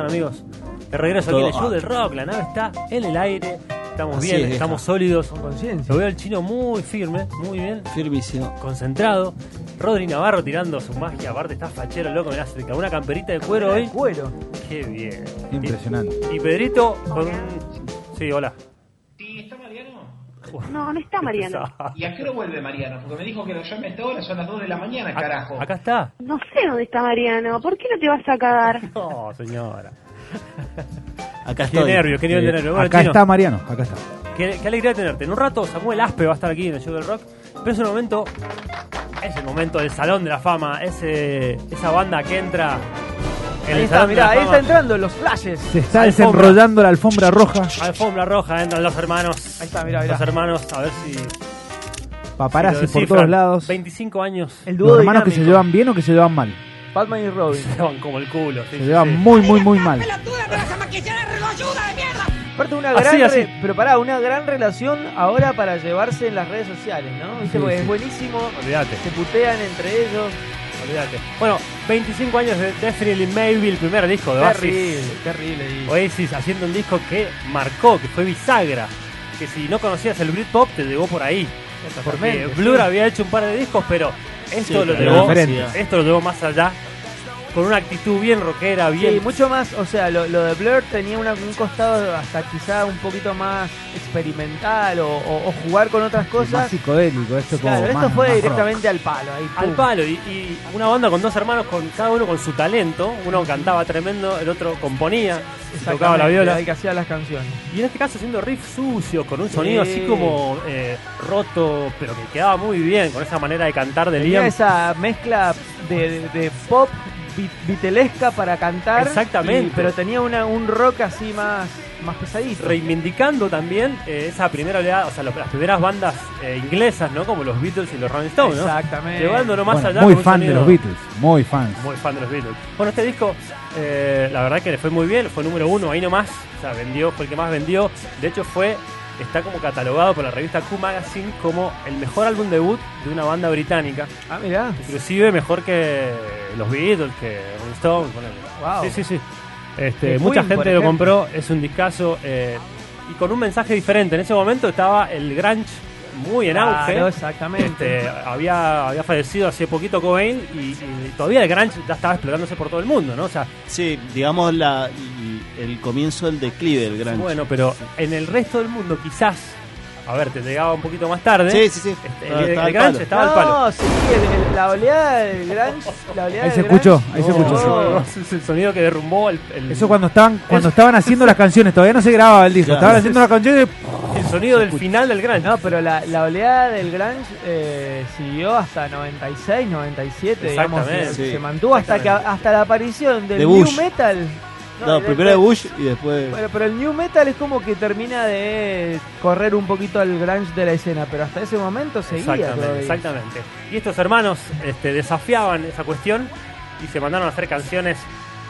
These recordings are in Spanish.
amigos. De regreso Todo aquí en el show on. del rock. La nave está en el aire. Estamos Así bien, es, estamos vieja. sólidos. Con conciencia. Lo veo al chino muy firme, muy bien, Firmísimo. concentrado. Rodri Navarro tirando su magia. Aparte, está fachero, loco. Mirá, se le clavó una camperita de cuero hoy. Cuero. Qué bien. Impresionante. Y, y Pedrito con un. Sí, hola. ¿Y está Mariano? No, no está Mariano. Ah. ¿Y a qué hora vuelve Mariano? Porque me dijo que lo llame a esta hora, son las 2 de la mañana, carajo. Acá está. No sé dónde está Mariano. ¿Por qué no te vas a cagar? No, señora. Acá Qué estoy. nervio, qué nivel de Eh, nervio. Bueno, acá Chino, está Mariano, acá está. Qué, qué alegría tenerte. En un rato Samuel Aspe va a estar aquí en el show del rock. Pero es el momento, es el momento del Salón de la Fama. Ese, esa banda que entra en Ahí el está, Salón mirá, de ahí la está Fama. entrando los flashes. Se está Alfombra. desenrollando la alfombra roja. Alfombra roja, entran los hermanos. Ahí está, mirá, Los mirá. hermanos, a ver si... si lo Paparazzi por descifran. todos lados. 25 años. El dúo Los hermanos que se dinámico. llevan bien o que se llevan mal. Batman y Robin. Estaban como el culo. sí, Se sí, llevan sí. muy, muy, muy mal. Aparte una Así, gran así. re- pero pará, una gran relación ahora para llevarse en las redes sociales, ¿no? Sí, Viste, porque sí. es buenísimo, Olvídate. se putean entre ellos. Olvídate. Bueno, 25 años de Definitely Maybe, el primer disco de Oasis. Terrible, terrible. y- Oasis haciendo un disco que marcó, que fue bisagra. Que si no conocías el Britpop, te llegó por ahí. Porque Totalmente, sí. Blur había hecho un par de discos, pero esto, Sí, lo claro, llevó, diferente. esto lo llevó más allá. Con una actitud bien rockera, bien. Sí, mucho más, o sea, lo, lo de Blur tenía una- un costado hasta quizá un poquito más experimental o, o- o jugar con otras Más cosas. psicodélico, esto como Claro, esto más- fue más directamente al palo, ahí, al pum. palo. Y, y una banda con dos hermanos, con cada uno con su talento. Uno cantaba tremendo, el otro componía, tocaba la Exactamente, viola. ahí que hacía las canciones. Y en este caso haciendo riffs sucios, con un sonido así como eh, roto, pero que quedaba muy bien, con esa manera de cantar de Tenía Liam. esa mezcla de, de- de pop vi- vitelesca para cantar. Exactamente. y- pero tenía una, un rock así más, más pesadito. Reivindicando también eh, esa primera oleada, o sea, lo- las primeras bandas eh, inglesas, ¿no? Como los Beatles y los Rolling Stones, ¿no? Exactamente. Llevándolo más Bueno, allá. muy con un fan de sonido- los Beatles, muy fan. Muy fan de los Beatles. Bueno, este disco, eh, la verdad que le fue muy bien, fue número uno ahí nomás, o sea, vendió, fue el que más vendió. De hecho, fue, está como catalogado por la revista Q Magazine como el mejor álbum debut de una banda británica. Ah, mirá. Inclusive mejor que los Beatles, que Rolling Stones. ponele. Wow. Sí, sí, sí. Este, Que mucha Queen, por gente lo ejemplo. compró, es un discazo eh, y con un mensaje diferente. En ese momento estaba el grunge muy en auge. Claro, Ah, exactamente. Este, había, había fallecido hace poquito Cobain y, y todavía el grunge ya estaba explorándose por todo el mundo, ¿no? O sea, Sí, digamos la, y- el comienzo del declive del gran. bueno, pero en el resto del mundo quizás, a ver, te llegaba un poquito más tarde. Sí, sí, sí. Este, Ah, el, estaba el al grunge palo. estaba al palo. No, sí, el- el- la oleada del grunge, la oleada Ahí se del grunge- escuchó, ahí se No, escuchó. no, no. Ese es el sonido que derrumbó el, el- Eso cuando estaban Eso. cuando estaban haciendo las canciones, todavía no se grababa el disco. Claro. Estaban haciendo las canciones el sonido del final del grunge. No, pero la, la oleada del grunge eh, siguió hasta 96, 97, digamos, Exactamente, se, sí. se mantuvo hasta que hasta la aparición del De new Bush. metal. No, del- primero de Bush y después. Bueno, pero el new metal es como que termina de correr un poquito al grunge de la escena, pero hasta ese momento seguía. Exactamente, todavía. exactamente. Y estos hermanos este, desafiaban esa cuestión y se mandaron a hacer canciones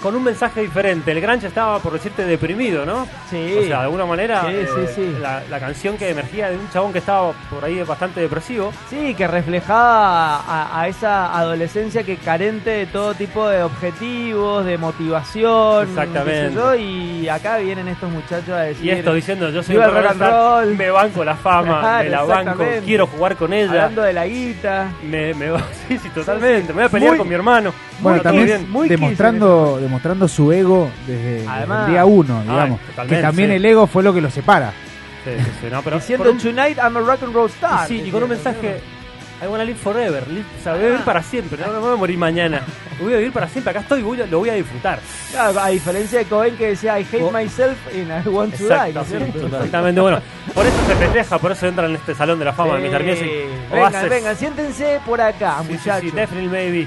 con un mensaje diferente. El Grange estaba, por decirte, deprimido, ¿no? Sí. O sea, de alguna manera, Sí, eh, sí, sí. La, la canción que emergía de un chabón que estaba por ahí bastante depresivo. Sí, que reflejaba a, a esa adolescencia que carente de todo tipo de objetivos, de motivación. Exactamente. qué sé yo, y acá vienen estos muchachos a decir. Y esto diciendo, yo soy Viva un el rock and rockstar, roll. me banco la fama, Claro, me la banco, exactamente. quiero jugar con ella. hablando de la guita. Me, me va- sí, sí, totalmente. Me voy a pelear Muy- con mi hermano. Bueno, todo también bien. muy demostrando, demostrando su ego desde, desde Además. el día uno, digamos. totalmente, que también sí. el ego fue lo que los separa. Sí, sí, sí, no, pero ¿eh? Diciendo, con un- Tonight I'm a rock and roll star. Sí, y con un mensaje. I wanna live forever. li- O sea, voy a Ah. vivir para siempre. No, no me voy a morir mañana. Voy a vivir para siempre. Acá estoy, voy a- lo voy a disfrutar. Claro, a diferencia de Cobain que decía, I hate Oh. myself and I want to die. ¿no es Exactamente, cierto? exactamente. Bueno, por eso se festeja, por eso entran en este salón de la fama de Mr. Music. Eh, Oasis. Vengan, vengan, siéntense por acá, Sí, sí, sí, muchachos. Definitely Maybe.